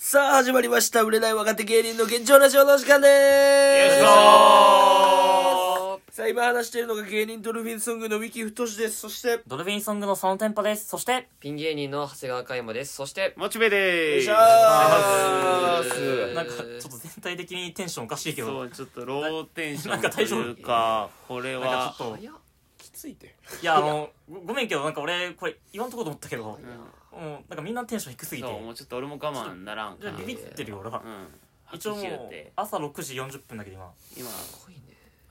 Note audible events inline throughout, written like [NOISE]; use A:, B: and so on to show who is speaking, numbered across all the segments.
A: さあ、始まりました。売れない若手芸人の現状ラジオのお時間でーす。
B: よいしょ
A: さあ、今話しているのが芸人ドルフィンソングの三木太志です。そして、よ
B: ドルフィンソングのそのテンポです。そして、
C: ピン芸人の長谷川嘉山です。そして、
D: モチベで
A: い
D: す。
A: しょー
C: ー
B: なんか、ちょっと全体的にテンションおかしいけ
D: そ
B: ど、
D: うちょっとローテンショ
B: なんか
D: ンと
B: 大丈
D: い
B: 夫
D: うかこれ
B: なんか
D: は
B: ちょっと、
C: 早っ
A: きついて。
B: いや、あの、ごごめんけど、なんか俺、これ言わんとこうと思ったけど、もう、なんかみんなテンション低すぎて、
D: そうもうちょっと俺も我慢ならん
B: じゃ
D: か
B: あビビってるよ、俺
D: う
B: は。
D: ん
B: 一応も
D: 80っ
B: う
D: て、
B: 朝6時40分だけど今、
D: 今
C: すごいね。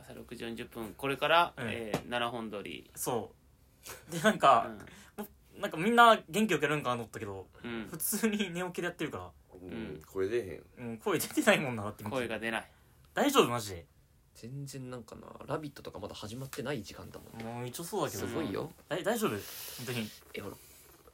D: 朝6時40分これから、
B: うん
D: えー、7本撮り
B: そう。で、なんか、なんかみんな元気よくやるんかなと思ったけど、
D: うん、うん
B: 普通に寝起きでやってるか
D: ん
A: 声出へんよ。
B: ら、うん、声出てないもんなって思っ
D: 声
B: て
D: が出ない
B: 大丈夫マジで。
C: 全然なんかな、ラビットとかまだ始まってない時間だもん。
B: もう一応そうだけど、
C: すごいよ。
B: 大大丈夫本当に。
C: え、ほら。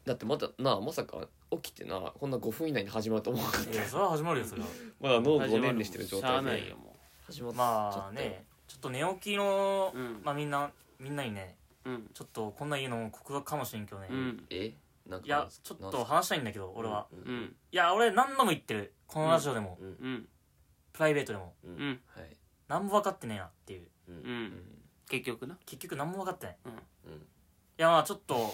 C: だってまだな、まさか起きてな、こんな5分以内に始まると思うかっ
B: いや、
C: た。
B: それは始まるよ、それは。
C: まだ
D: 始
C: 脳5
D: まる
C: 年
D: も
C: に
D: ん
C: してる状
D: しゃあ
C: 態
D: ないよ
C: で。
D: も
C: 始まっ
B: まあねちょっと寝起きの、
D: うん
B: まあみんなみんなにね
D: ううん
B: ちょっとこんなん言うのも告白かもしれんけどね、
D: うん
C: えなんか。
B: いやちょっと話したいんだけど俺は、
C: うん。
D: う
C: うん
D: ん
B: いや俺何度も言ってるこのラジオでも、
C: うん。
D: うん
B: プライベートでも
C: う。
D: うんん
C: はい。
B: 何も分かってねえなっていう
C: う。
D: うんん結局な
B: 結局何も分かってない、
D: うん
B: い
A: うん
B: やまあちょっと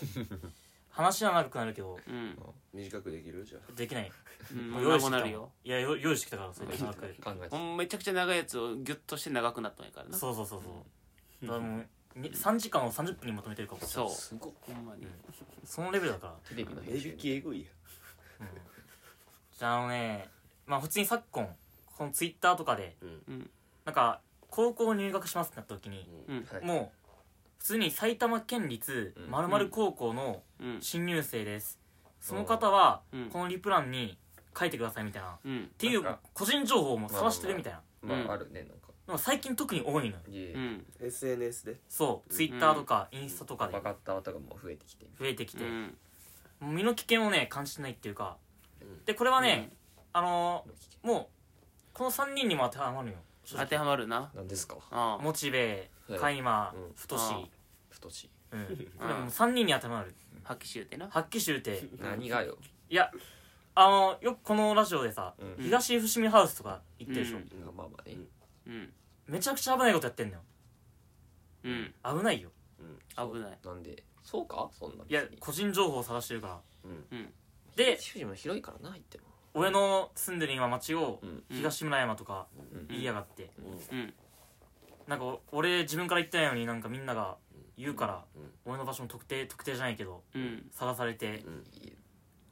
B: 話は長くなるけど
D: うん
A: 短くできるじゃ
B: できない
D: うん
B: も
D: も
B: う
D: う
B: 用意
D: 長
B: して
D: くな
B: きたもん
D: るよ
B: いやよ用意してきたからそれ長く
C: 考え
D: ほ
C: て。
D: んめちゃくちゃ長いやつをギュッとして長くなったんやからな
B: そうそうそうそうだからもうに3時間を30分にまとめてるから
D: そう
C: すごい。
D: ほんまに
B: そのレベルだから
C: テレビの
A: ん。
C: 編集。
A: エグいや。
B: じゃああのねまあ普通に昨今このツイッターとかで
D: うん
B: なんか高校入学しますってなった時に、
D: うん
C: はい。
B: もう普通に埼玉県立
C: うん
B: まる高校の
D: うん
B: 新入生です、その方は
D: うん
B: このリプランに書いてくださいみたいなっ
D: うん
B: ていう
C: なんか
B: 個人情報もさらしてるみたいな
C: ま
D: うん
C: あ、あるね、なんか。
B: のが最近特に多いのよ
C: いえ
D: う。ん
A: SNS で。
B: そうツイッターとかインスタとかで
C: バカった後がもう増えてきて。
B: 増えてきて、
D: うん
B: もう身の危険をね感じてないっていうか
A: うん
B: でこれはね、あのーもうこの3人にも当てはまるよ正直
D: 当てはまるな
C: なんですか
D: ああ
B: モチベ
C: はい
B: カイマ
C: うん
B: 太し、
C: 太し。
B: うん、
C: [LAUGHS]
B: これもう3人に当てはまる
D: 発揮しゅうてな
B: 発揮集って
C: 何がよ。
B: いやあのよくこのラジオでさ、
C: う。
D: うんん
B: 東伏見ハウスとか行ってるでしょ、
D: うん
C: まあまあね。
D: うん
B: めちゃくちゃ危ないことやってんのよ
D: うん
B: 危ないよ
C: そう
D: 危ない
C: なんでそうかそんな別
B: いや
C: に
B: 個人情報を探してるから
D: うん
B: で
C: 主人も広いからな入っても
B: 俺の住んでる今町を
C: うん
B: 東村山とか
C: うん
B: 言いやがって、
D: うん
B: なんか俺自分から言ったようになんかみんなが言うから、
A: うん
B: 俺の場所も特定特定じゃないけど
D: うん
B: 探されて
A: うん
C: いい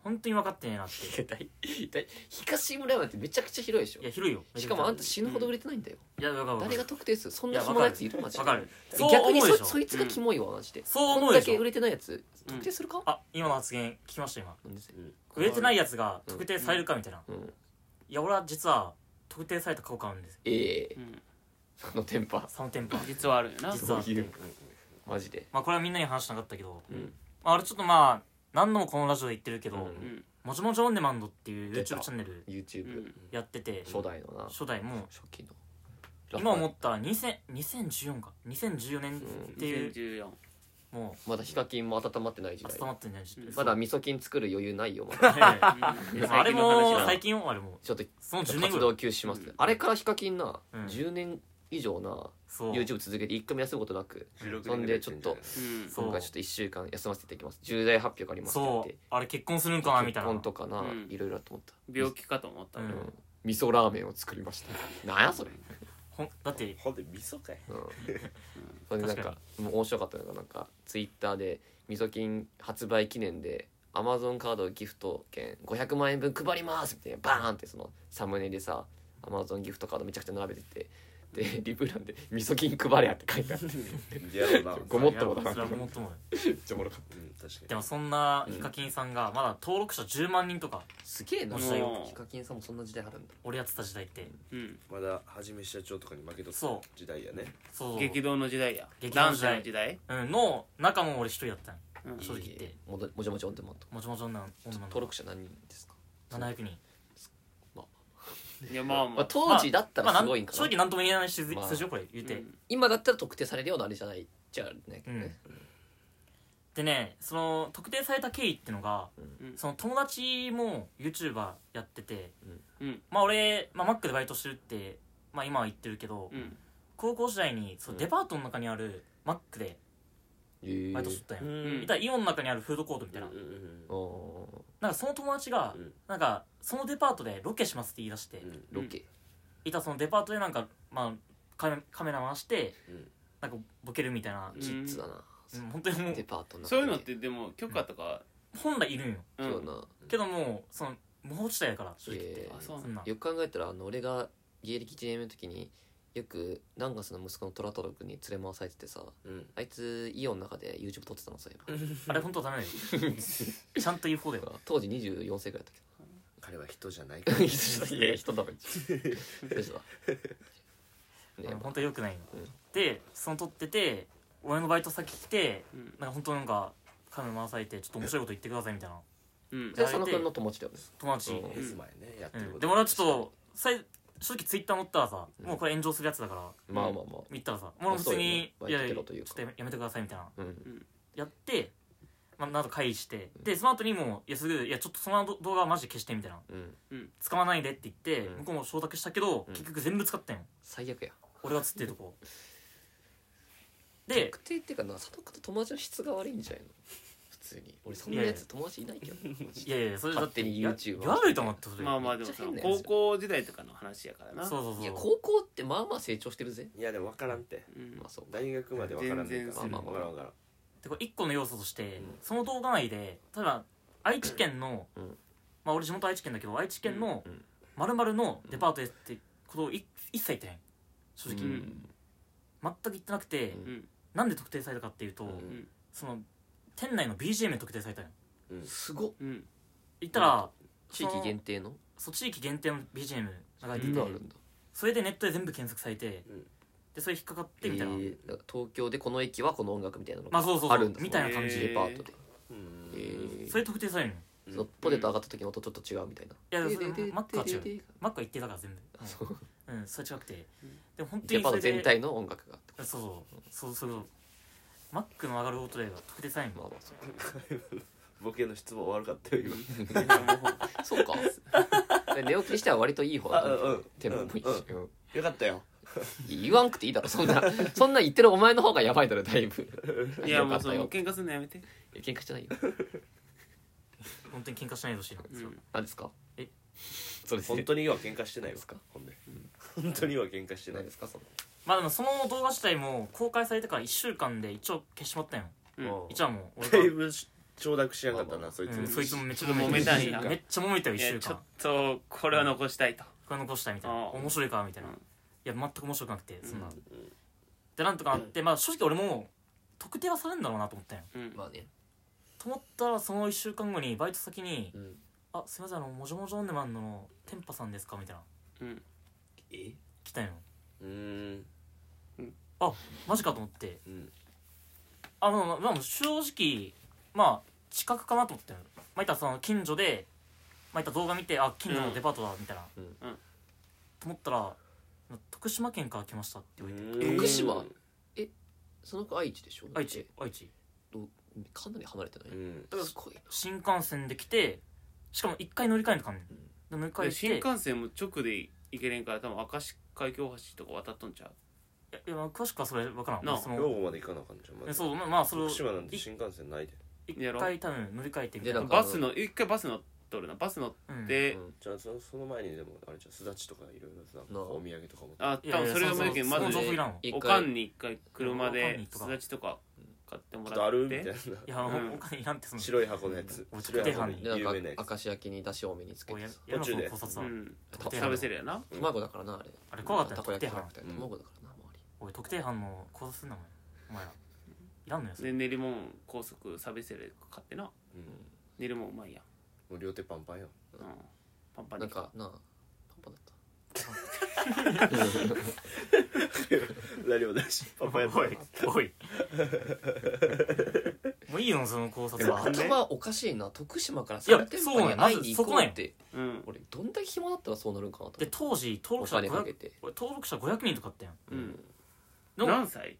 B: 本当に分かってねえなって
C: えだいだい東村山ってめちゃくちゃ広いでし
B: いや
C: ょ
B: 広いよ
C: しかもあんた死ぬほど売れてないんだよ
B: いや分かる分
C: 誰
B: か
C: が
B: る
C: 特定数そん
B: い
C: な
B: や
C: キモいやついるマジで
B: 分かるそう
C: 逆に
B: 思うでし
C: そ
B: ょ
C: そいつがキモいわマジで
B: そう思
C: こ
B: うんで
C: だ
B: し
C: け
B: ょ
C: 売れてないやつ
D: うん
C: 特定するか
B: あ今の発言聞きました今
C: なんですよ
B: 売れてないやつが特定されるかみたいな、
C: うん
B: いや俺は実は特定された顔買うんです
C: ええ
D: うん
C: そのテンパ
B: その店舗
D: 実はあるよな
B: 実は
C: そういうマジで
B: まあこれはみんなに話しなかったけど、
C: うん
B: まあ、あれちょっとまあ何度もこのラジオで言ってるけど、
C: う
D: うんん
B: もちもちオンデマンドっていう
C: 出た
B: YouTube チャンネル
D: う
C: YouTube
D: ん
B: やってて
C: 初代のな初
B: 初代もう
C: 期の
B: 今思ったら2000 2014か2014年っていう、
D: 2014
B: もう
C: まだヒカキンも温まってない時代
B: 温まってんじゃない
D: うん
C: ま
B: [LAUGHS]
C: だ味噌菌作る余裕ないよまだ [LAUGHS]
B: でもあれも最近よあれも
C: ちょっと
B: その10年
C: 活
B: ぐらい
C: 動休止します、
D: うん
C: あれからヒカキンな、
B: うん
C: 10年以上な
B: そう
C: YouTube 続けて一回も休むことなく
A: 16
C: そんでちょっと
A: [LAUGHS]
D: うん
B: そう
C: 今回ちょっと1週間休ませていただきます重大発表がありますって言っ
B: そ
C: て
B: うあれ結婚するんかなみたい
C: 結
B: な
C: 婚とかな、
D: うん
C: いろいろだと思った
D: 病気かと思った
B: う
C: うんん味噌ラーメンを作りました [LAUGHS] なんやそれ、
B: ほんだって
A: ほんで、味噌かい。
B: [LAUGHS]
C: うん、それでなん
B: 確
C: かもう面白かったのがなんかツイッターで味噌菌発売記念でアマゾンカードギフト券500万円分配りますみたいなバーンってそのサムネでさアマゾンギフトカードめちゃくちゃ並べててでリプランで「味噌菌配れや」って書いてあってめっ
A: やろうな。
C: ごもっともだ
B: いやそれはごもっともだよ
C: ちゃおもろかった
A: うん確か
B: でもそんなヒカキンさんがまだ登録者10万人とか
C: すげえな
B: もう
C: ヒカキンさんもそんな時代あるんだ
B: 俺やってた時代って
D: うん
A: に。まだ、はじめ社長とかに負けとった
B: そ
A: 時代やね。
B: そう
D: 激動の時代や
B: 激動の
D: 男
B: 時代
D: 性の時代
B: うんの中も俺一人だったの
D: うん
B: 正直言って
C: もどもじゃもじゃオンデマンド
B: もちもち女の女の
C: 登録者何人ですか
B: 700人
D: いやまあ
C: ま
D: ま
C: あ
D: あ
C: 当時だった
B: まあ
C: らす
B: なん
C: ごいんか
B: 正
C: な
B: 直何とも言えない数字
C: まあ
B: 数字よこれ言う
D: う
B: て
D: ん
C: 今だったら特定されるようなあれじゃないじゃあねね
B: でねその特定された経緯ってのが
C: うん
D: うん
B: その友達も YouTuber やってて
C: うん
D: うん
B: まあ俺、まあ、マックでバイトしてるって、まあ、今は言ってるけど、
D: うん
B: 高校時代にそう
C: うん
B: デパートの中にあるマックで
C: ええ
B: バイトしとったんや、
D: うん
B: ん、いたらイオンの中にあるフードコートみたいな、
C: あー
B: なんかその友達が、
A: うん
B: なんかそのデパートでロケしますって言い出して、
C: ロケ
B: いたらそのデパートでなんか、まあ、カメカメラ回して、
A: うん
B: なんかボケるみたいな、
C: キッズだな
B: うん本当にもう
C: デパートの中で
D: そういうのってでも許可とか
B: 本来いるんよ
D: うん
C: そうな
B: けどもうその無法地帯やから正直言って、
C: え
D: あそう
B: そ
D: なんん
B: な
C: よく考えたらあの俺が芸歴1年目の時によくランガスの息子のトラトロ君に連れ回されててさ
A: うん
C: あいつイオンの中で YouTube 撮ってたのそういえば
B: あれ本当は
C: [LAUGHS]
B: ダメだよちゃんと言う方だよ
C: 当時24歳ぐらいだったけど
A: 彼は人じゃないから
C: いやいや人だめでしたね
B: 本当はよくないの、
C: うん
B: でその撮ってて俺のバイト先来て
D: うん
B: なんか本当なんかカメラ回されてちょっと面白いこと言ってくださいみたいな
D: うん
C: で佐野君の友達だよね
B: 友達、
C: うん
A: ヘズマやねやって
B: う
A: るこ
B: ん
A: と
B: でも俺はちょっとさい正直ツイッター載ったらさ、
C: うん
B: もうこれ炎上するやつだから
C: まあまあまあ
B: 見たらさもう普通に、
C: まあそう
B: い
C: よ
B: や
C: ね
B: いや
C: バイ
B: ちょ
C: トテ
B: っ
C: ロというか
B: とやめてくださいみたいな
C: うん
B: やって、まあ、なんと会議してでその後にもういやすぐいやちょっとその動動画はマジで消してみたいな
C: うん
B: 使わないでって言って、
C: うん
B: 向こうも承諾したけど、
C: うん
B: 結局全部使ったんよ
C: 最悪や
B: 俺がつってる
C: [LAUGHS]
B: とこで
C: 特定っていうかな佐野君と友達の質が悪いんじゃないの普通に俺そんなやつ友達いないけど
B: いやいやそれだっ
C: 勝手
B: て
C: に
B: や
C: YouTuber
B: やると思ってそれ
D: まあまあでもその高校時代とかの話やからな
B: そうそうそう
C: いや高校ってまあまあ成長してるぜ
A: いやでも分からんって
D: うん
C: まあそうか
A: 大学まで分からんねんから
C: 全然
A: まあまあ分からん分からん
B: でこれ一個の要素として、
C: うん
B: その動画内で例えば愛知県の、
C: うん
B: まあ俺地元愛知県だけど愛知県の
C: うんうん
B: まるまるのデパートですってことをい一切言ってない正直、
C: う
B: 全
C: ん
B: く言ってなくて、
C: うん
D: うん
B: なんで特定されたかっていうと、
C: うん
D: うん
B: その店内の BGM に特定されたんよ
C: すごっ
D: うん
B: 言ったら、
C: 地域限定の
B: そう地域限定の BGM 流れて
C: そん
B: て、
C: なのあるんだ
B: それでネットで全部検索されて、
A: うん
B: でそれ引っかかってみたいな、
C: えーなんか東京でこの駅はこの音楽みたいなの
B: まあそうそうそう
C: あるんだ
B: みたいな感じ
C: デパートで
A: うん
C: えー
B: それ特定されるの
C: そのポテト上がった時の音ちょっと違うみたいない
B: やそれ
C: でで
B: マックは違う
C: ででで
B: マックは一定だから全部
C: あそう
B: うんそれ違くてでも本当
C: デ
B: に
C: パ
B: そ
C: ート
B: れで
C: 全体の音楽がってこ
B: そうそうそうそうそうマックの上がる音で特定される
C: と
B: の
C: まあまあそう
A: ボケの質問悪かったよ今
C: [LAUGHS] そうか [LAUGHS] で寝起きにしては割といい方だ
A: あうんうん
C: テンポもいいしうん
A: よかったよ
C: 言わんくていいだろそん [LAUGHS] なそんな言ってるお前の方がやばいだろだいぶ
D: いやもう
C: よかっ
D: そ
C: た
D: の
C: よ
D: 喧嘩するのやめて
C: いや喧嘩してないよ
B: 本当に喧嘩しないでほしいな、
D: う
B: そうん
C: 何ですか
B: え
C: そうです
A: 本
C: ね
A: 当に今は喧嘩してないよ
C: ですか
A: ほんで本当には喧嘩してな
C: 何
A: い
C: で
A: です
C: すかその
B: まあでもその動画自体も公開されてから1週間で一応消しまったんよ
D: うん
B: 一応はもう
A: だい
B: 俺が
A: ぶ承諾しやがった
C: まあま
A: な
C: あ
A: そいつ
B: うん、そいつもめっちゃ
D: 揉め
B: め
D: たんや
B: めっちゃ揉めたよ1
D: いや
B: 週
D: ちょっ
B: 間
D: とこれは残したいと
B: これ残したいみたいな
D: ああ
B: 面白いかみたいな、
D: うん
B: いや全く面白くなくてそんな、
D: うん
B: でなんとかなって、まあ正直俺も特定はされるんだろうなと思ったんよ
D: うん
C: まあね
B: と思ったらその1週間後にバイト先に
C: うん
B: 「あすいませんあのもじょもじょオンデマンドの天パさんですか?」みたいな
D: うん
A: え
B: 来たんよ
A: うーん
B: マジかと思って
A: うん
B: あまあまあまあ正直まあ近くかなと思ったんよまあいったらその近所でまあいったら動画見て「あ近所のデパートだ」みたいな、
C: うん
D: うん
B: と思ったら「徳島県から来ました」って言われて
C: 徳島その子愛知でしょ
B: 愛知愛知
C: どかなり離れてな
A: う
C: い
A: ん
C: すごいな
B: 新幹線で来てしかも1回乗り換えなきゃいかんねん
C: うん
B: で乗り
D: い
B: 換
D: や
B: え
D: 新
B: て
D: 幹線も直で行けれんから多分明石海峡橋とか渡っとんちゃ
B: いやいやまあ詳しくはそれ分からん
D: なあ
B: そ
A: 兵
B: の
A: 庫まで行かなあかんじゃんまず
B: えそうまあまあそれを
A: 徳島なんて
B: い
A: 新幹線ないで
B: 一回多分乗り換えてみたい
C: で
B: な
C: な
D: うん
C: か
D: バスの一回バス乗っとるなバス乗っ
B: うん
D: て、
C: うん
A: じゃあそのその前にでもあれじゃんすだちとかいろいろさ
C: なあ
A: お土産とかも
D: あ
B: い
D: 多
B: やい
D: 分
B: や
D: それが
B: そ
D: 無理
B: う
D: けど
B: そ
D: ま
B: う
D: ず
B: その情報いらんわ
C: 一
D: お
C: 回
D: かんに一回車
B: おかん
D: で
B: にとか
D: すだちとか買っても
A: ちょっとあ
D: ら
A: る
D: っ
A: みたい
D: て
A: な
B: や
D: うん
B: もうお金いらんってその
A: 白い箱のやつ
B: うん
A: 白い箱の
C: でなん
A: 有名なや
C: か
A: つ
C: 明石焼きに出汁多めにつけ
B: こう
C: て
B: や
C: さ
B: やな
A: 途中
B: この
A: で
B: 考察
D: う
B: は
D: ん
C: 特定
D: サ
C: 班
D: ービスエリアな
C: 卵だからなあれ
B: あれ怖かった
C: たこ
B: よ特
C: 焼
B: 定
C: きじゃな
B: 班
C: くて
A: うん
C: 卵だからな周り
B: おい特定班の考察すんなお前お前らいらんのよそれ
D: で練り物高速サービスエリアで買ってな
A: うん
D: 練り物うまいやん、
A: もう両手パンパンよ
D: うん、パンパン
C: な
D: に
C: んかなあパンパンだった
A: 何もないしパンパンやった
B: おいおい [LAUGHS] もういいよその考
C: で
B: 察
C: も
B: は
C: 頭おかしいな徳島から
B: いや
C: 3店
B: そうなん
C: 舗に
B: や
C: 会いに行こうって
D: うん
C: 俺どんだけ暇だったらそうなるんかなと
B: で
C: 思って
B: 当時登
C: お
B: 録者
C: 金か
B: 500
C: けて
B: 俺登録者500人とかあったやん
D: うん
B: の
D: 何歳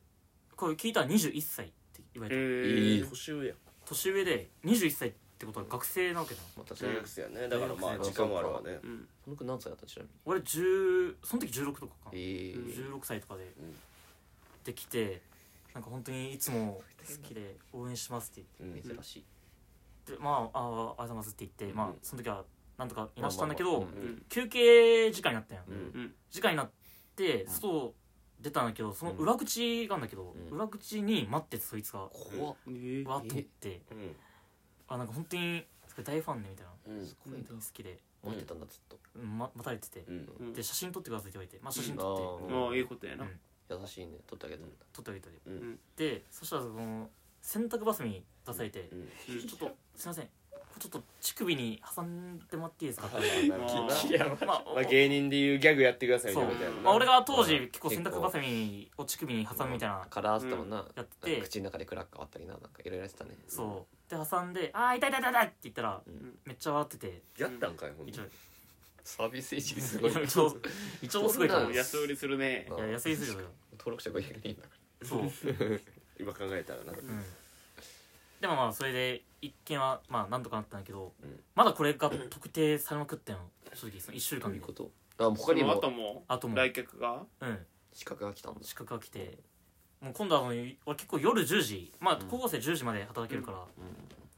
B: これ聞いたら21歳って言われて
D: え
A: 年上や
B: 年上で21歳ってことは学生なわけじゃん
C: まあ、確か
E: 中
C: に
E: 学生やねだからまあ
B: 中学生
E: 時間もあるわね
D: うん
C: その子何歳だったのちなみに
B: 俺10その時16とかか
C: ええー
B: 16歳とかで
E: うん
B: できてなんか本当にいつも好きで応援しますって
E: うん
C: 珍しい、
B: 言ってまああああざますって言ってまあ
E: うん
B: その時はなんとかいらしたんだけど
C: まあまあ
E: う
C: ま
D: うんん
B: 休憩時間になったやん
C: う
E: うん
C: ん
B: 時間になって外出たんだけどその裏口があんだけど
C: うん
B: 裏口に待っててそいつが
C: 怖っ
D: え
B: わっとって
E: うん
B: あなんか本当に大ファンねみたいな
E: うん
C: すごいな
B: 本当に好きで
C: 思ってたんだずっと
B: うんま待たれてて
E: うん
D: うん
B: で写真撮ってくださいって言われてまあ写真撮って
C: うん
D: ああいいことやな
B: うん
C: 優しいね取ってあげたんだ
B: 撮ってあげたり
E: うん
B: でそしたらその洗濯バサミに出されて
E: うん
D: うん
B: ちょっとすいませんちょっと乳首に挟んでもらっていいで
E: [LAUGHS]
B: すかって
D: あ
E: ま
D: ー
B: まあ、ま
E: あ芸人でいうギャグやってくださいみ
B: そ
E: た
B: う
E: いな
B: まあ、
E: な
B: 俺が当時
C: うん
B: 結構洗濯バサミを乳首に挟むみたいな
C: カラーあったもんな、
B: やってて
C: 口の中でクラッカーあったりななんかいろいろやってたね
B: そうで挟んで「あー痛い痛い痛い痛い」って言ったら
C: うん
B: めっちゃ笑ってて
E: やったんかいほん
B: 一
E: と
B: 応
C: サービスエッジす
B: [LAUGHS]
C: ごい
B: 一応
C: 登
B: 一応すごいと思う
C: うん
B: いや
D: 安売りするね
C: うん
B: 安いですよ
C: 録者500人だか
B: そう、うん、
E: 今考えたらな
B: でもまあそれで一件はまあなんとかなったんだけど、
E: うん
B: まだこれが特定されまくってんの正直その1週
C: らど
B: 間
C: うい
B: で
C: うことあ他
D: そ
C: に
D: の
C: も
D: 後も
B: あともう
D: 来、客が
B: うん、
C: 資格が来たんだ
B: 資格が来てもう今度はあの俺結構夜10時まあ高校生10時まで働けるから、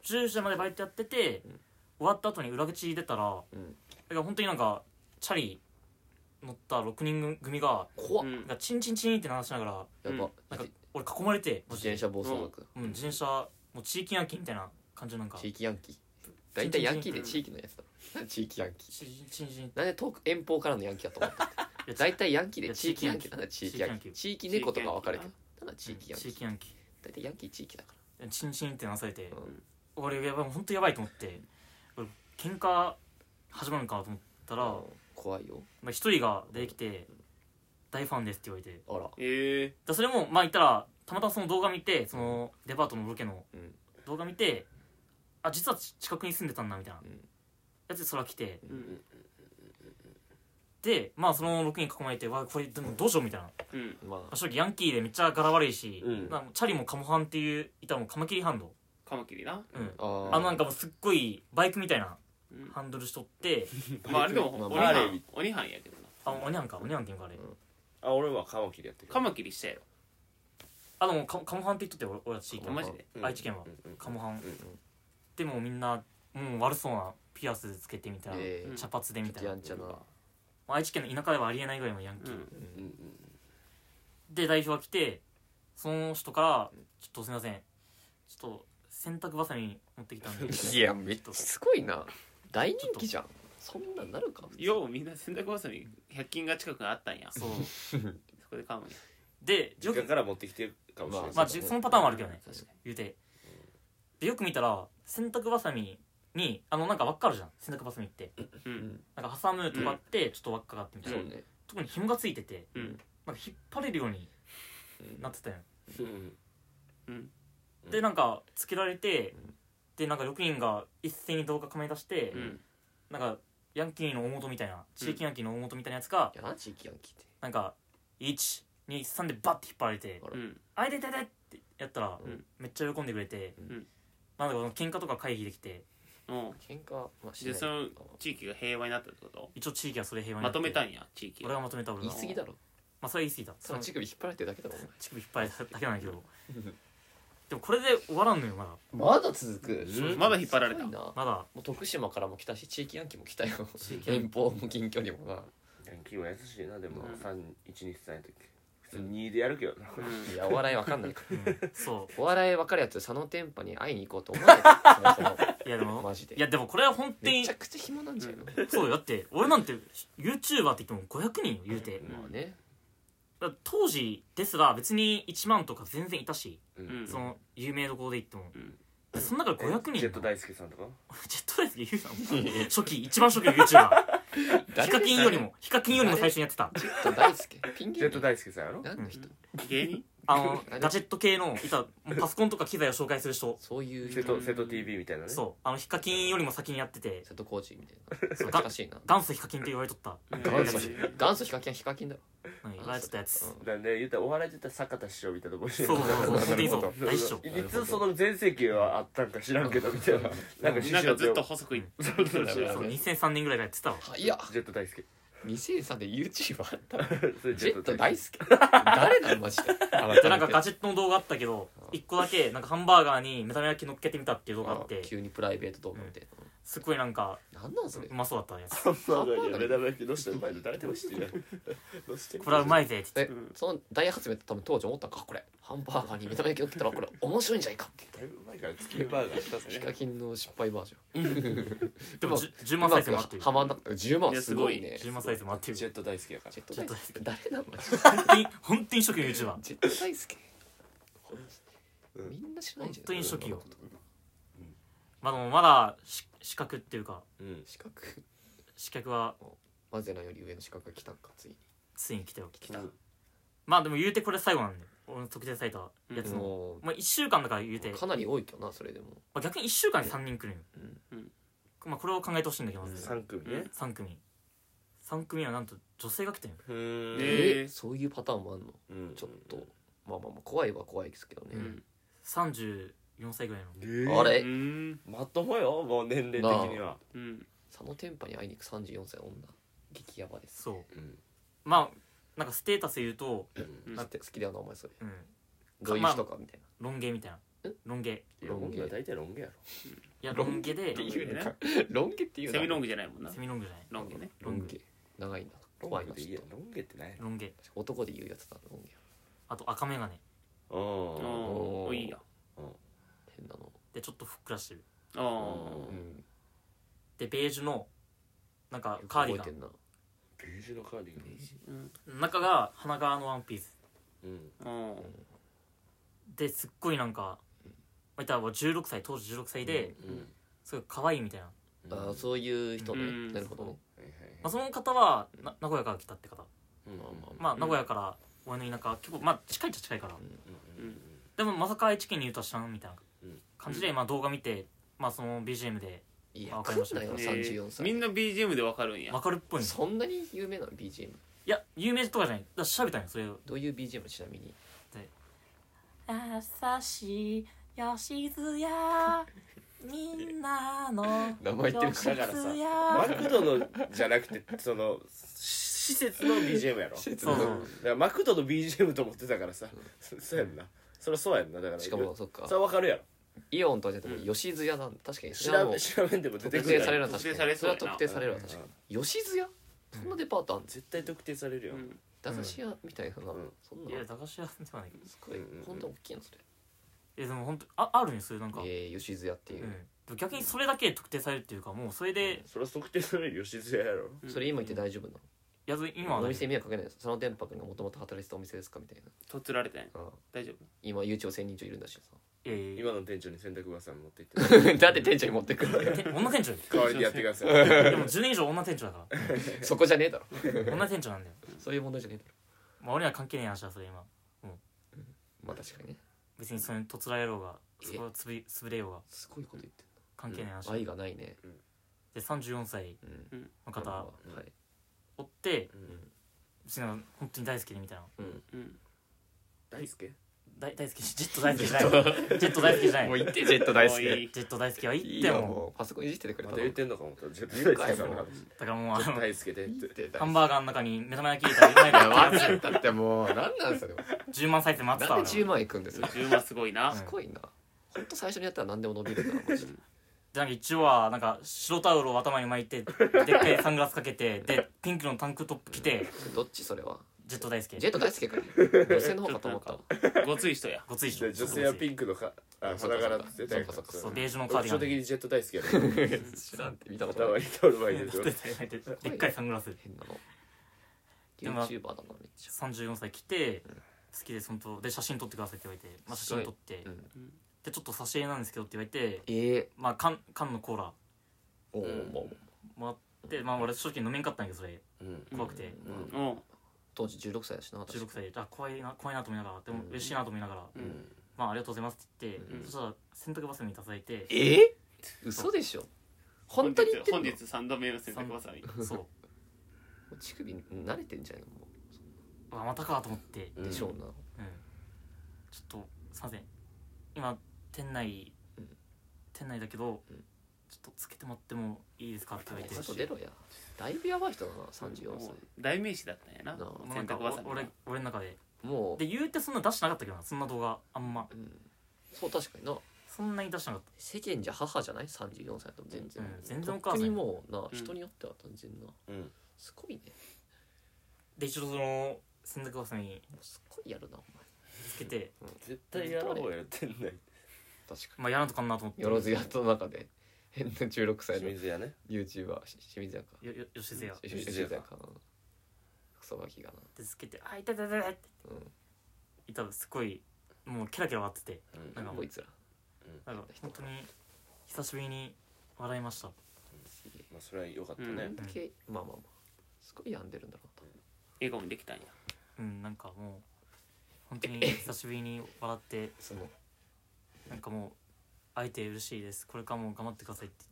B: 10時までバイトやってて、
C: うん
B: 終わった後に裏口出たらだ
C: うん
B: から本当になんかチャリ乗った6人組が
C: 怖
D: う
C: っ
D: ん
B: なんかチンチンチンって鳴らしながら
C: やば
B: なんか
C: 自
B: 俺囲まれてマジ
C: 自
B: で
C: 転車暴走族
B: うん、自転車もう地域ヤンキーみたいな感じのなんか
C: 地
B: チン
C: 域ヤンキー大体ヤンキーで地域のやつだろ地域ヤンキー
B: チンチンチン
C: なんで遠く遠方からのヤンキーだと思 [LAUGHS] った
B: いや
C: 大体ヤンキー
B: い
C: で
B: や
C: 地域ヤンキーなんだ地
B: 地
C: 域
B: 域
C: ヤ
B: ヤ
C: ン
B: ン
C: キ
B: キ
C: ー
B: ー
C: 地域猫とかわかるけどただ
B: チ
C: 地
B: ン
C: 域ヤンキ
B: 地
C: ー
B: 域ヤンキー
C: 大体ヤンキー地域だか
B: チンチンってなされて
C: ら、うん
B: 俺やばい本当やばいと思って俺喧嘩始まるのかなと思ったら、
C: うん怖いよ
B: まあ、一人が出てきて「大ファンです」って言われてだか
C: あら
D: ええ
B: らそれもまあ言ったらたまたまその動画見てそのデパートのロケの
C: うん
B: 動画見てあ実は近くに住んでたんだみたいな
C: うん
B: やつでそれが来て
D: うん
B: でまあその6人囲まれて「わこれでもどうしよう」みたいな、ま
D: うん
C: まあ
B: あ、正直ヤンキーでめっちゃ柄悪いし、
E: うん
B: まあチャリもカモハンっていういたらもうカマキリハンド、
D: カマキリな
B: うん、
C: あー
B: あのなんかもうすっごいバイクみたいな
D: うん
B: ハンドルしとって
D: まああれでも
C: まあ
D: 鬼
E: まあある意
D: 藩
E: 味
D: 鬼藩やけどな
B: あおにゃんかおにゃんっていうかあれ
E: あ俺はカマキリやってる
D: カマキリしたやろ
B: あでもカカモハンって言っとって俺俺たち地域
C: うん
D: マジで
E: うん
B: 愛知県は
E: うんうん
B: カモハ
E: う
B: ン
E: ん
B: でもうみんなもう悪そうなピアスつけてみたいな、
C: え
D: うん
C: ー
B: 茶髪でみたいな
C: やんちゃな
B: 愛知県の田舎ではありえないぐらいのヤンキ
D: う
E: う
D: ん
B: ー、
E: んうん
B: で代表が来てその人から「ちょっとすいませんちょっと洗濯ばさみ持ってきたんで
C: いやめっちゃすごいな大人気じゃんそんなんなるか
D: ようみんな洗濯ばさみ100均が近くにあったんやそ
B: そう
D: こで買うんや
B: でよ
E: 実
B: く
E: 家から持ってきてるかもしれない
B: まあ
C: そうだね
B: じそのパターンはあるけどね
D: 確かに
B: 言うてでよく見たら洗濯ばさみにあのなんか輪っかあるじゃん洗濯ばさみって
D: うん
B: なんか挟むとかってちょっと輪っかがあってみたい
C: そう
B: な、
C: ね
B: 特に紐がついてて
D: うん
B: なんか引っ張れるようになってたよ、
E: うん
D: うん
E: うん
B: でなんかつけられて、
C: ん
B: でなんか6人が一斉に動画構え出して、
D: うん
B: なんかヤンキーの大元みたいな地域ヤンキーの大元みたいなやつが、
C: いやな地域ヤンキーって
B: なんか123でバッて引っ張られて
C: あ
D: う
C: ら
D: ん
B: 「あいていていて!」ってやったら、
D: うん
B: めっちゃ喜んでくれて、
D: ん
B: なんだかこの喧嘩とか回避できて
D: うん
C: 喧嘩まあしな
D: で
C: い
D: その
C: あ
D: 地域が平和になったってこと
B: 一応地域はそれ平和に
D: ま
B: なって
D: とめたんや地域
B: 俺がまとめた俺
C: 言
B: が
C: い過ぎだろ
B: まあそれは言い過ぎた
C: その乳首引っ張られてるだけだもん
B: 乳首引っ張られただけなんだけどでもこれで終わらんのよまだ
C: まだ続く
D: まだ引っ張られた
C: すごいなも
B: まだ
C: う徳島からも来たし地域ヤンキーも来たよ
B: 域ヤンキー
C: 遠方も近距離もな
E: ヤンキーは優しいなでも
D: うん
E: 三一日歳の時普通に2でやるけどな
D: うん
C: いやお笑いわかんないから
B: うんそ
C: お笑いわかるやつ佐野天パに会いに行こうと思わないからそも
B: [LAUGHS] ういやで
C: そも
B: も
C: マジで
B: いやでもこれは本当
C: め
B: に
C: ちゃくちゃ暇なんじゃないの
B: そうよだって俺なんて YouTuber って言っても500人よ言うて
C: まあね
B: だから当時ですら別に1万とか全然いたし
E: う
D: うん
B: その有名どころで言っても
D: うん
B: でその中で500人
E: ジェット大輔さんとか
B: ジェットライスで言うな初期一番初期の YouTuber ヒカ
C: 誰
B: キンよりもヒカキンよりも最初にやってた
C: ジェット大好きピン
E: ジ
C: 芸
E: ェット
C: 人
E: 大輔さんやろ
C: 何の人
D: 芸人
B: あの
C: 誰
B: ガジェット系のいたパソコンとか機材を紹介する人
C: そういう
E: 瀬
C: 人
E: 戸瀬戸 TV みたいなね
B: そうあのヒカキンよりも先にやってて
C: 瀬戸康史みたいな懐かしいな
B: 元祖ヒカキンって言われとった
D: うん
C: 元祖ヒカキン元祖ヒカキンはヒカキンだろ
B: うん笑っちゃったやつ
E: なんで言ったらお笑いで言ったら坂田師匠みたいなとこに
B: そうそうそう本当にそう
E: そう
B: 大師匠
E: いつその全盛期はあったんか知らんけどみたいななんか師
D: なん
E: 匠
D: かずっと細くいそうそう
B: そう2003年ぐらいからやってたわ
C: いや
E: ジェット大好き
C: 2003で YouTuber だった
E: [LAUGHS]
C: の
E: それ
C: ジェット大
E: 好
C: 好き誰なのマジで
B: で
C: な
B: なんかガジェットの動画あったけど一個だけなんかハンバーガーに目玉焼き乗っけてみたっていう動画あって
C: 急にプライベート動画みたい
B: すごいなんか
C: ななんなんそれ
B: うまそうだったやつ
E: きそうなんや目玉焼きどうしてうまいの誰でも知ってるやんどうして
B: これはうま
E: い
B: いぜって言って
C: えその大発明って多分当時思ったんかこれハンバーガーに目玉焼き乗ってたらこれ面白いんじゃないかって
E: だいぶうまいから月見バーガーしたぜ
C: ヒカキンの失敗バージョン [LAUGHS]
B: でもじゅ10
C: うま
B: 万
C: く
B: 再生もあってる
C: はまんなかった10万
D: いや
C: すごいね
B: 10万再生もあってる
E: ジェット大好きやから
C: ジェット大好き誰なのマジで
B: 本当に本当に初期の YouTuber
C: ジェット大好きみんな知らない
B: 本
C: んじゃ
B: 当
C: ない
B: に初期よ
C: こんなこと
B: まあでもまだし資格っていうか
E: うん
C: 資格
B: 資格は
C: マゼラより上の資格が来たんかついに
B: ついに来たよ来
E: た
B: まあでも言うてこれ最後なんで俺の特定されたやつも、
C: も
B: まあ1週間だから言うて、
C: う
B: ま
C: かなり多いけどなそれでも
B: あ、逆に1週間に3人来るんよ、
D: うんうん
B: まあ、これを考えてほしいんだけど、まず
E: 3組ね
B: 3組3組はなんと女性が来てんよ
E: うーん
D: ねえー
C: そういうパターンもあんの
E: うん
C: ちょっとまあまあまあ怖いは怖いですけどね
B: うん34歳ぐらいの
E: えー
C: あれ
D: うん
E: まともよもう年齢的には
D: うん
C: 佐野天パに会いに行く34歳女激ヤバです
B: そう
E: うん
B: まあなんかステータス言うと、
D: うん
C: だって好きだよなお前それ
B: うん、
C: どういう人かみたい
B: ロン毛みたいな
C: え
B: ロン毛い
E: いやロン毛は大体ロン毛やろ
B: やロン毛で
C: な
D: ロン毛ね
C: ロン毛っていう
D: セミロング
C: 毛
D: じゃないもんな
B: セミロングじゃない
D: ロングね
C: ロン毛長いんだ
E: ロ
C: 怖い
E: ン
C: な
E: 毛でいい
C: ちょ
E: や
C: っ
E: んロン毛ってない
B: ロン毛
C: と男で言うやつだロン毛
B: あと赤眼鏡
E: ああ
D: うん
C: お
D: お
C: ー
D: いいや
C: 変なの
B: でちょっとふっくらしてる
D: あ
E: う
C: う
D: ー
C: ん
B: でベージュのなんか
C: よく
B: カー
C: 覚
B: デ
C: え
B: ィガ
C: てんな
E: ベージュのカーディガン
D: うん
B: ン中が花柄のワンピース
E: うん
D: うん
B: ですっごいなんかまあ言ったら16歳当時16歳で
E: うん
B: すごい可愛いみたいな、
E: うん
C: ああそういう人
D: う
C: ね
D: ん
C: なるほどね
E: はいはいは
B: まあ、
E: い
B: その方はな名古屋から来たって方
E: うんうん
C: まあまあ
B: まあ名古屋から俺の田舎結構まあ近いっちゃ近いから
E: うんうん
B: でもまさか愛知県にいるとは知らんみたいな
E: うん
B: 感じで、まあ、動画見て、まあ、その BGM で
C: いや
B: わか
C: 来
B: りまし
C: ん
B: た
C: なよ34歳
D: みんな BGM でわかるんや
B: わかるっぽいんです
C: そんなに有名なの BGM
B: いや有名とかじゃないだから調べたんよそれを
C: どういう BGM ちなみに
F: 優しい吉津
C: [LAUGHS]
F: 屋みんなの
C: 名前言ってる
F: 吉
C: から
F: 津
E: マ
F: 屋
E: クドのじゃなくてその施設の BGM やろだ
B: そうそう
E: からマクドの BGM と思ってたからさそそうやんなそりゃそうやんなだから
C: しかもそっか
E: それはわかるやろ
C: イオンとはじゃなくて吉津屋なんだ確かにそれは
E: 調
C: もう
E: べ調べんでも出て
C: 特
E: くる
C: 定
E: や
C: され
E: ろ
C: る
D: 出
C: 確
D: てく
C: か
D: るやろ特定されそ
C: にそ
D: うや
C: れは
D: な
C: 特定されるわ確かに吉津屋そんなデパートあんです
E: 絶対特定されるよ
D: うん
C: 駄菓子屋みたいなのが
E: うん
C: そんなの
B: いや駄菓子屋ではないけど
C: すご
E: う
C: い
E: んうんうん
C: ほんと大きいのそれ
B: いやでも本当ああるんよそういうなんか、
C: えー吉津屋っていう
B: うん、でも逆にそれだけで特定されるっていうかもうそれで
E: そりゃ特定される吉津屋やろ
D: うん
C: それ今言って大丈夫なの
B: やず今は
C: お
B: ね
C: 店に迷惑かけないです佐野天白がもともと働いてたお店ですかみたい
D: とつられてない
C: なああ
D: 大丈夫
C: 今誘致1000人以上いるんだし
B: いやいやいや
E: 今の店長に洗濯ばさみ持って行って
C: さ [LAUGHS] だって店長に持ってくる
B: て女店長よ
C: [LAUGHS]
E: 代わりにやってください
B: でも10年以上女店長だか
C: そこじゃねえだろ
B: ら女店長なんだよ
C: そういう問題じゃねえだろ
B: まあ俺には関係ない話だそれ今
C: まあ確かにね
B: 別にそれにとつられようが
C: え
B: そこはつぶ潰れようが
C: すごいこと言ってる
B: 関係ない話、
C: 愛がないね
B: で34歳
C: うん
B: の
C: まあ
B: 方
C: まあはい
B: おって
E: うん
B: 別に本当に大好きでみたいな
D: うん
E: 大輔
B: 大大好きジェット大好きじゃないジェット大好きじゃない
C: もう言ってジェット大好き
D: もういい
B: ジェット大好きはい
C: い
B: いって
C: よ
B: も
C: もうパソコンいじっててくれ
E: ま
C: た
E: た
C: の
E: 言ってんのか思ったら絶対大輔さんの話
B: だからもうあ
E: 絶対
B: の
E: 大輔でって
B: ハン
C: ー
B: バーガーの中に目玉焼き入れたらうまい
C: [LAUGHS]
B: から
C: 分かったってもう何なんそれ
B: 10万再生
C: なん
B: 待
C: で
B: ってたわ俺
C: 10
B: は
C: 万いくんですよ
D: 10万すごいな
C: すごいなほんと最初にやったら何でも伸びるからマジで
B: でなんか一応はなんか白タオルを頭に巻いてでっかいサングラスかけてでピンクのタンクトップ着て
C: どっちそれは
B: ジェット大好き
C: ジェット大好きか女性の方かと思ったわ
D: ごつい人や
B: ごついでしょ
E: で女性はピ
B: ン
E: ンクのかあ
C: そう
E: 花
C: かそうか
E: 柄って大
C: そう
E: 輔
C: かそ
B: そう
E: さ
B: ベージュのカー
E: ん基
B: ディガ
E: 本
B: ン
E: 的にジェット大輔や
C: [LAUGHS]
E: ろ
C: 知らんって見たこと
E: 頭
C: ない
E: にタオル巻いてる
B: ジェット大好きででっかいサングラス
C: 変な
B: で
C: の
B: も
C: YouTuber だなめっちゃ
B: 34歳来て好きでそのとで写真撮ってくださいって言われて、まあ、写真撮って、
C: うん
B: でちょっと差し入れなんですけどって言われて、
C: ええ
B: まあ、缶缶のコーラ
C: おお
B: もらって、まあ、俺正直飲めんかったんやけどそれ怖くて、
D: うん
C: 当時16歳だしな私
B: 16歳であ怖いな怖いなと思いながらでも嬉しいなと思いながら、
D: うん
B: まあ、ありがとうございますって言って、
D: うん
B: そしたら洗濯バサミいただい
C: [LAUGHS]
B: て、
C: え嘘でしょ本当に言ってん
D: 本
C: の
D: 日3度目の洗濯ばさみ
B: そう
C: 乳首慣れてんじゃないのもう
B: うわまたかと思って、
E: うん
C: でしょうな、
B: うんちょっとすいません今店内、
C: うん
B: 店内だけど、
C: うん
B: ちょっとつけてもらってもいいですかって言われて
C: 外出ろやだいぶやばい人だな34
D: も
C: 歳
D: う代名詞だったんやな
C: なあ
D: もう
B: もうな
D: 洗
B: んか
D: 濯ばさみ
B: お俺俺の中で
C: もう
B: で言うてそんな出してなかったけどなそんな動画あんま
C: うん、そう確かにな
B: そんなに出してなかっ
C: 世間じゃ母じゃない34歳だと全然、
B: うん全然お母さ
C: とっ
B: ん
C: くにもうな、
D: ん
C: 人によっては単純な
E: うん
C: すごいね
B: たで一度その洗濯ばさみに
C: もうすっごいやるなお前
B: つけて、
E: 絶対やろうやってん
C: [LAUGHS]
E: ない
C: 確か
B: まあやらんとかんなと思って
C: によろずやっとの中で変な16歳
E: 清
C: の
E: 水屋ね
C: YouTuber し清水屋か
B: よよ吉瀬や
C: 清水屋かなクソガキがな
B: でつけて「あ痛い痛い痛い痛い」って
C: うん
B: 言ったらすごいもうケラケラ笑ってて
E: うん
B: なんかも
C: こ
B: う
C: いつら
B: なんか本当に久しぶりに笑いました
E: まあそれは良かった
C: ど
E: ね
C: んだけ、まあまあまあすごい病んでるんだろう
D: 笑顔にできたんや
B: うんなんかもう本当 [LAUGHS] に久しぶりに笑って
C: とその
B: なんかもう会えて嬉しいですこれからも頑張ってくださいって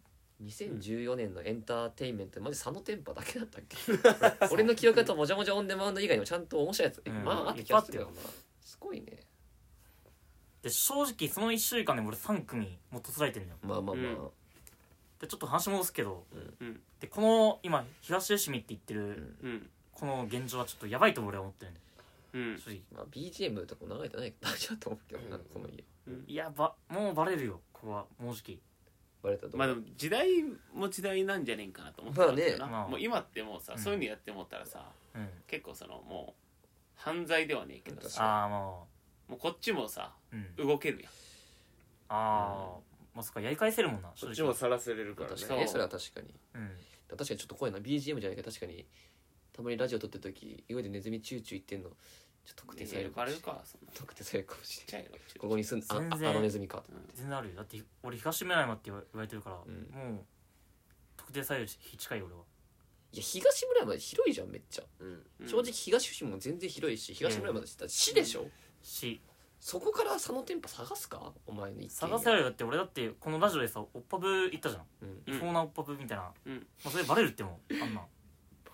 C: 2014年のエンターテインメントってマジ佐野天パだけだったっけ俺の記憶だともじゃもじゃオンデマウンド以外にもちゃんと面白いやつ、
B: うん
C: まああった気がするけど
B: いっ
C: なすごいね
B: で正直その1週間でも俺3組もっとつられてるのよ
C: まあまあまあ、
D: うん
B: でちょっと話戻すけど、
D: うん
B: でこの今東吉見って言ってる
D: うん
B: この現状はちょっとやばいと俺は思ってるね
D: うん
B: 正直
C: まあ、BGM とかも流れてないから大 [LAUGHS] 丈夫だと思うけどな、
E: うん
C: この家
B: いやばもうバレるよここはもうじき
C: バレたと
D: ま
C: 思
D: あ
C: う、
D: でも時代も時代なんじゃねえんかなと思った
C: まあ
D: ん
C: ね
D: だよな、
B: まあ
D: もう今ってもうさ、
B: うん
D: そういうのやってもったらさ
B: うん
D: 結構そのもう犯罪ではねえけど
C: 確か
D: さ
B: ああも
D: もうこっちもさ
B: ううん
D: 動けるやん
B: ああまあそっかやり返せるもんな
E: そ
B: 正
E: っちも
B: 直
E: さらせれるからね
C: 確かにね
D: そう
C: それは確かに
B: うん
C: 確かにちょっと怖いな BGM じゃないけど確かにたまにラジオ撮ってる時上でネズミチューチュー言ってんのちょっと特定される
D: バ
C: かも
D: レ
C: し
D: る
C: れない
D: かそんなちっ
C: 特定されるかもしれ
D: ちゃいの
C: ないここに住んあ
B: 全然
C: ああのネズミかと
B: 全然あるよだって俺東村山って言わ言われてるから、
C: うん
B: もう特定されるし近いよ俺はい
C: や東村山広いじゃんめっちゃ、
E: うん
D: うん
C: 正直東市も全然広いし東村山だって言ったら市でしょ、
B: し
C: そこから佐野店舗探すかお前の一軒家
B: 探せられるだって俺だってこのラジオでさオッパブ行ったじゃん
C: うん
B: 違法なオッパブみたいな、
D: うん
B: まあ、それバレるってもうあんな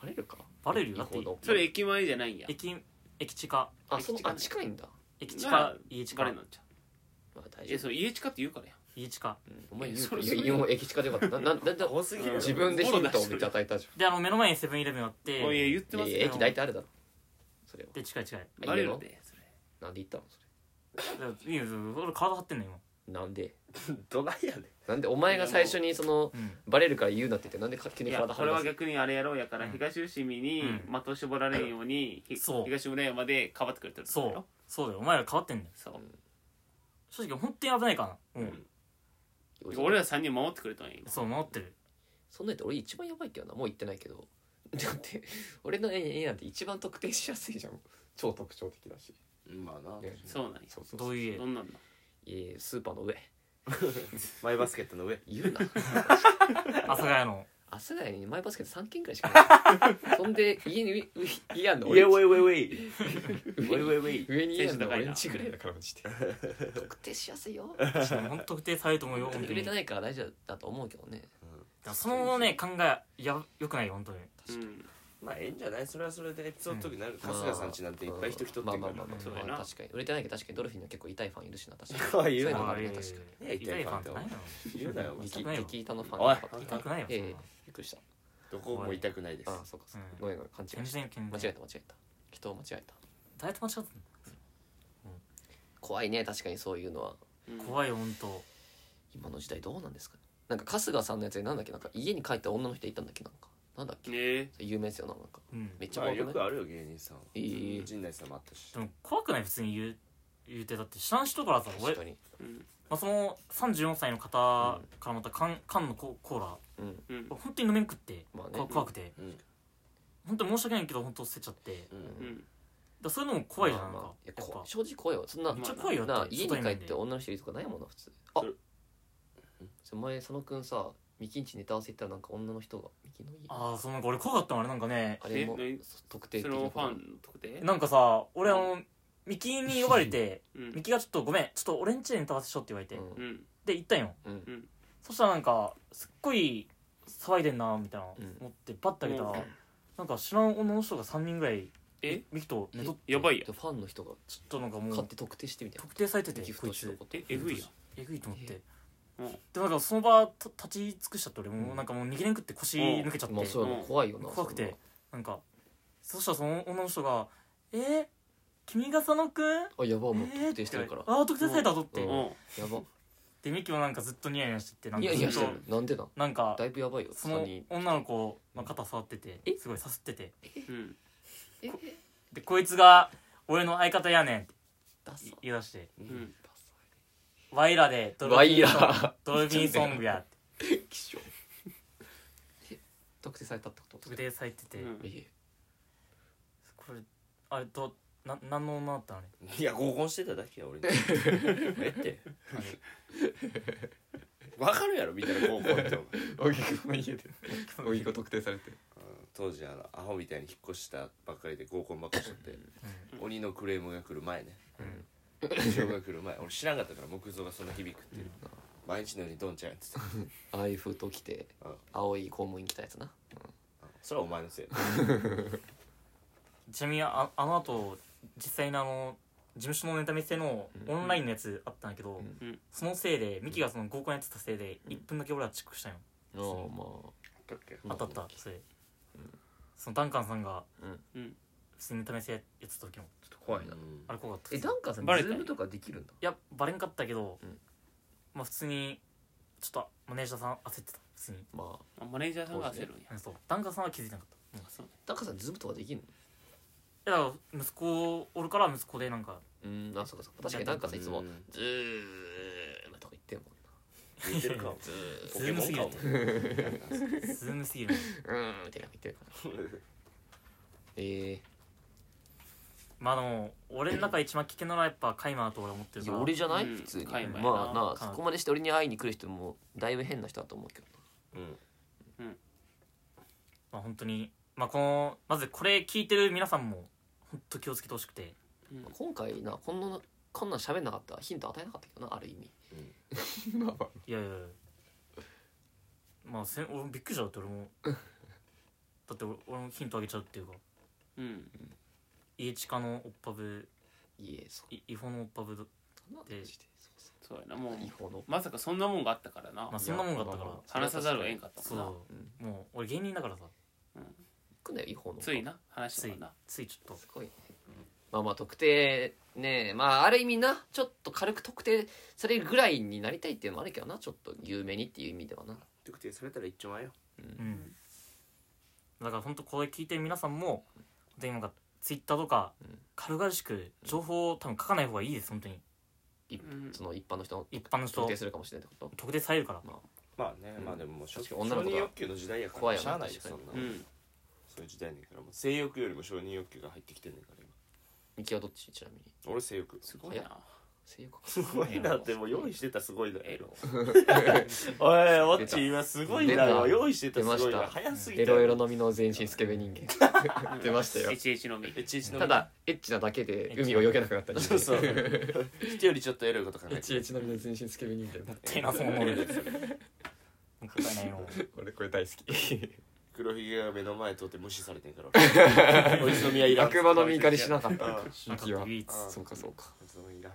C: バレるか
B: バレるよ
C: 違法な
B: だっ
D: それ駅前じゃないんや
B: 駅駅近
C: あその
D: 駅近
C: あ近いんだ
B: 駅
D: なら
B: 近家
D: バレ
B: 近
D: になっちゃう
C: まあ大丈
D: え
C: 夫
D: その家近って言うからや
B: 家近
C: うんお前
D: え
C: 言
D: それ
C: うい
D: そ
C: や
D: れ
C: いやもう駅近でよかったなななんだ
E: 多すぎる
C: 自分でヒントをめっちゃ与えたじ
B: であの目の前にセブンイレブンあって
D: おいや言って
C: ゃん
D: ま
C: い
D: す
C: やいや
D: よ
C: 駅大体あるだろそれは
B: で近い近い
C: あ
D: バレ
C: いい
D: る
C: の
D: でそれ
C: なんで行ったのそ
B: でいいよ俺カード貼ってんの今
C: れなんで
E: どないやねん
C: なんでお前が最初にその
B: うん
C: バレるから言うなって言ってなんで勝手に
D: いや
C: 体
D: こ
C: 張
D: れ
C: る
D: は
C: んだ
D: 逆にあれやろうやから
B: うん
D: 東伏見に
B: うん
D: 的を絞られんようにひ
B: そう
D: 東村山でかばってくれてるってこと
B: そ
D: や
B: う
D: ろ
B: そうだよお前ら変わってんだよ
D: そう
B: 正直本当に危ないからなもう、
D: 俺ら3人守ってくれたんや今
B: そう守ってる
C: そんなんやったら俺一番やばいけどなもう行ってないけど [LAUGHS] だって俺の家なんて一番特定しやすいじゃん超特徴的だし
E: まあな
C: ね
D: そうなんや
C: そうそう
B: どういう
D: どんなんだ
C: いやスーパーの上
E: マイバスケットの上
C: 言う
D: [LAUGHS]
C: な
B: 家阿佐ヶ谷の
C: 阿佐ヶ谷にマイバスケット3軒ぐらいしかないそんで家にう家あんの
E: ウェイ
C: 俺
E: ウ
C: ん
E: ェ
C: ち
E: イウェイウェイウェイウェイウェイ
C: 上に家あ
D: テ
C: ん
D: ンショ
C: の
D: ン高い
C: 俺
D: なん
C: ちぐらいだからマジで特定しやすいよ
B: ちょっと本当特定されると思うよ本当
C: 売
B: に
C: れて
B: だか
C: ないから大丈夫だと思うけどね
B: らそのね考えやよくないよ本当に
D: うん
E: まあええんじゃないそれはそれでエピソードになる春
C: まあ
E: 日さんちなんていっぱい人来とって
C: まあ
E: るから
C: まあまあまあ
D: そうや
C: まあ
D: な
C: 確かに売れてないけど確かにドルフィンには結構痛いファンいるしな確かに
E: かわいい
C: そういう
E: な
C: のもあ
B: あ
C: る
B: い
C: ね
B: やい
C: 確
B: や
C: かに
B: いや痛いファンってないの
E: 言うなよマジ
C: 激
B: 痛くないよ
C: 激痛のファン
E: おい
C: だった
B: 痛くないよそんな
C: ええびっくりした
E: どこも痛くないです
C: ああそうかそうか
B: うん
C: ごめんごめん勘違
B: 全
C: いした
B: 然健
C: 間違
B: 全
C: えた間違えた人を間違えた
B: 誰と間違ってん
C: 怖いね確かにそういうのは
B: の怖いよ本当
C: 今の時代どうなんですかねなんか春日さんのやつでなんだっけなんか家に帰った女の人いたんだっけなんかなんだっけ
D: ねえ
C: それ有名ですよななんか
B: うん
C: めっちゃ
E: まあ
C: 怖
E: よ
C: くな
E: く
C: い
E: あるよ芸人さんはい
C: いいい
E: 陣内さんもあったし
B: でも怖くない普通に言う言うてだって知らん人からさ俺
C: 確、か
B: ま
C: に
D: うん
B: あ、その34歳の方からまた缶缶のココーラ
C: うん
D: うん
B: 俺本当に飲めんくって、
C: まあね
B: こ怖くて
E: うん
B: 本当に申し訳ないけど本当捨てちゃってだか
E: うん
D: うん
B: らそういうのも怖いじゃ
C: ま
B: んな
C: あ
B: ん
C: まあ
B: か
C: いや
B: やっ
C: こ
B: ぱ
C: 正直怖いよそんな
B: めっちゃ怖いよだ
C: な
B: って
C: 家に
B: 外に
C: 帰
B: 飲
C: っ
B: んで
C: て女の人いるとかないもんな普通あ
D: それ
C: お前佐野くんさミキんちネタ合わせ行ったらなんか女の人がミキの家あ
B: ああその俺怖かったのあれなんかね
C: れも
D: え何
C: 特定
D: そ
C: 的な
D: のファ
C: こと
D: ンの特定
B: なんかさ俺あのミキに呼ばれて
D: うん
B: ミキがちょっとごめんちょっと俺んちでネタ合わせしようって言われて、
C: うん
D: うん
B: で行ったんよ
C: うん
B: そしたらなんかすっごい騒いでんなみたいな
C: うん
B: 思ってパッて開けたら、
D: うん
B: なんか知らん女の人が3人ぐらい
D: え
B: ミキと寝とっ
D: やばいや
C: でファンの人が
B: ちょっとなんかも
C: 買っ
B: う
C: て特定してみたいな
B: 特定されてて
C: ギフ
B: こい
C: トしの
B: つ
C: こと
D: ええぐいやん
B: えぐいと思って、
D: うん
B: でなんかその場と立ち尽くしちゃって俺もうなんかもう逃げれんくって腰抜けちゃって、
C: まあそうやな怖いよな
B: 怖くてなんかそしたらその女の人が「えー、君が佐野くん?」
C: そんなあやば
B: え
C: もう
B: ー
C: 特定してるから
B: って言われてあー特定されたぞって、
C: う
D: うん
C: やば
B: でミキもなんかずっとニヤニヤしてて [LAUGHS] なん
C: い
B: か
C: や
B: ず
C: い
B: っ
C: やし
B: と
C: てるなんでなん
B: なんか
C: だいぶやばいよ
B: その
C: 3人
B: 女の子の肩触ってて
C: え
B: すごいさすってて
D: うん
B: でこいつが「俺の相方やねん」って
C: ダサ
B: 言い出して
D: うん
B: 「ワイラでドルフィンソン
C: ワイラ
B: ドルフィンソングや」
C: [LAUGHS]
B: って
C: 希少え特定されたってこと
B: 特定されてて、
D: うん
C: え
B: これあれどな何の女だったのあれ
A: いや合コンしてただけや俺
B: [LAUGHS]
A: えって
E: わかるやろみたいな高校って
C: おぎくの家でおぎく特定されて
E: 当時あのアホみたいに引っ越したばっかりで合コンばっかしとって鬼のクレームが来る前ね
B: うん
E: 鬼が来る前俺知らんかったから木造がそんな響くっていう毎日のようにドンちゃんやってた
C: ああいう封筒着て
E: うん
C: 青い公務員来たやつな
E: それはお前のせいだ
B: ちなみにああの後実際にあの事務所のネタ見せのオンラインのやつあったんだけど、
D: うん
B: そのせいでミキがその合コンやってたせいで1分だけ俺は遅刻したんよ、
C: ああま
D: だっけ
C: あ
B: あったあったそれ、そのダンカンさんが
D: うん
B: 普通にネタ見せやってた時も
C: ちょっと怖いな
E: うん
B: あれ怖かった
C: えダンカンさんズ
D: バレた
C: ームとかできるんだ
B: いやバレんかったけど、
C: うん
B: まあ普通にちょっとマネージャーさん焦ってた普通に
C: まあ
D: あマネージャーさんが焦るんや
B: うんそうダンカンさんは気づいてなかった、うんい
D: そうね
C: ダンカンさんズームとかできるの
B: やだから息子おるから息子でなんか
C: うんあそうかそうか確かにダンカンさんいつも
E: うん
C: ズームとか言ってるもん
E: 似てる
C: [LAUGHS]
E: かも
C: ズー
E: ポケモンかも
B: ズームすぎる
C: うんみたいな言ってるから [LAUGHS] え
B: まあでも俺の中で一番危険なのはやっぱカイマーと俺は思っ
C: え
B: てる
C: い
B: か
C: や
B: ら
C: 俺じゃない
D: うん
C: 普通にま
D: 海外な
C: あなあ
B: 海外
C: そこまでして俺に会いに来る人もだいぶ変な人だと思うけど
E: うん
B: まあ本当にまあこのまずこれ聞いてる皆さんも本当気をつけてほしくて
D: うん
C: 今回なこんなこんなん喋んなかったらヒント与えなかったけどなある意味
B: いやいやいやまあせん俺びっくりしちゃうって俺もだって俺俺もヒントあげちゃうっていうか
D: うん
B: 家近のオッパブ
C: いえそ
B: い違法のオッパブだ
C: んなマ
B: で
C: ジでそうそ
D: そうやなもう
C: う違法の
D: まさかそんなもんがあったからな
B: まあそんなもんがあったから
C: いやまあ
D: 話さざるをえんかった
B: そ
D: も
B: う
D: な
B: んそうもう俺芸人だからさ
C: 行くんだよ違法の
D: ついな話した
B: つ
D: も
B: い
D: んな
B: ついちょっ
C: すごいねまあまあ特定ねまあある意味なちょっと軽く特定されるぐらいになりたいっていうのもあるけどなちょっと有名にっていう意味ではな
E: 特定されたら一丁前よ
B: とうんだから本当これ聞いてる皆さんも本当になんかツイッターとか
C: うん
B: 軽々しく情報を多分書かない方がいいです本当に
D: うん
C: その一般の人の
B: 一般の人
C: 特定するかもしれないってこ
B: 特定されるから
E: まあね
C: うん
E: まあでももう正
C: 確か
E: 直
C: に女の子
E: 承認
C: が
E: 欲求の時代やか
C: 怖い
E: ら
C: よね
E: しゃあないよ
C: 確
E: そ
C: か
E: ん
C: に
E: な
D: う
E: の
D: ん
E: そういう時代やねんからもう性欲よりも承認欲求が入ってきてんねんから
C: とミキはどっちちなみに
E: 今俺性欲
D: すごいな
C: 性欲
E: すごいなってもう用意してたすごいな
D: エロ
E: [LAUGHS] おいおっち今すごいな
C: 出た
E: 用意してたすごい
C: 出
E: な
C: ました
E: 早すぎ
C: エ
E: た
C: ロエロのみの全身スケベ人間 [LAUGHS] 出ましたよ
D: HH のみ
E: えちいちの
C: た [LAUGHS] だエッチなだけで海を泳げなくなったり
E: そう
C: [LAUGHS]
E: そう
C: エ
E: 人よりちょっとエロいこと考え
C: ッチ
E: て
C: エッチのみの全身スケベ人間だっ
B: 手なその能力
E: [LAUGHS]
B: もったいないの
C: 俺これ大好き
E: 黒ひげが目の前通って無視されてんから俺
C: [LAUGHS]
E: こいつの身はいらん
C: 悪魔の身怒りしなかっ
E: うん
C: た
E: こ
C: ミキは
B: 唯一
C: そうかそうか
E: いつの身いらん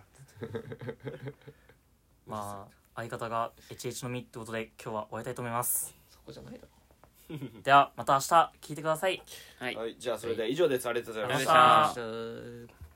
B: まあ相方が HH のみってことで今日は終わりたいと思います
C: そこじゃないだろ
B: ではまた明日聞いてください
D: はい
E: はいじゃあそれでは以上ですありがとうございま
B: あ
E: し
B: り
E: た
B: がとうござ
C: ありがとう
B: いました
C: ございました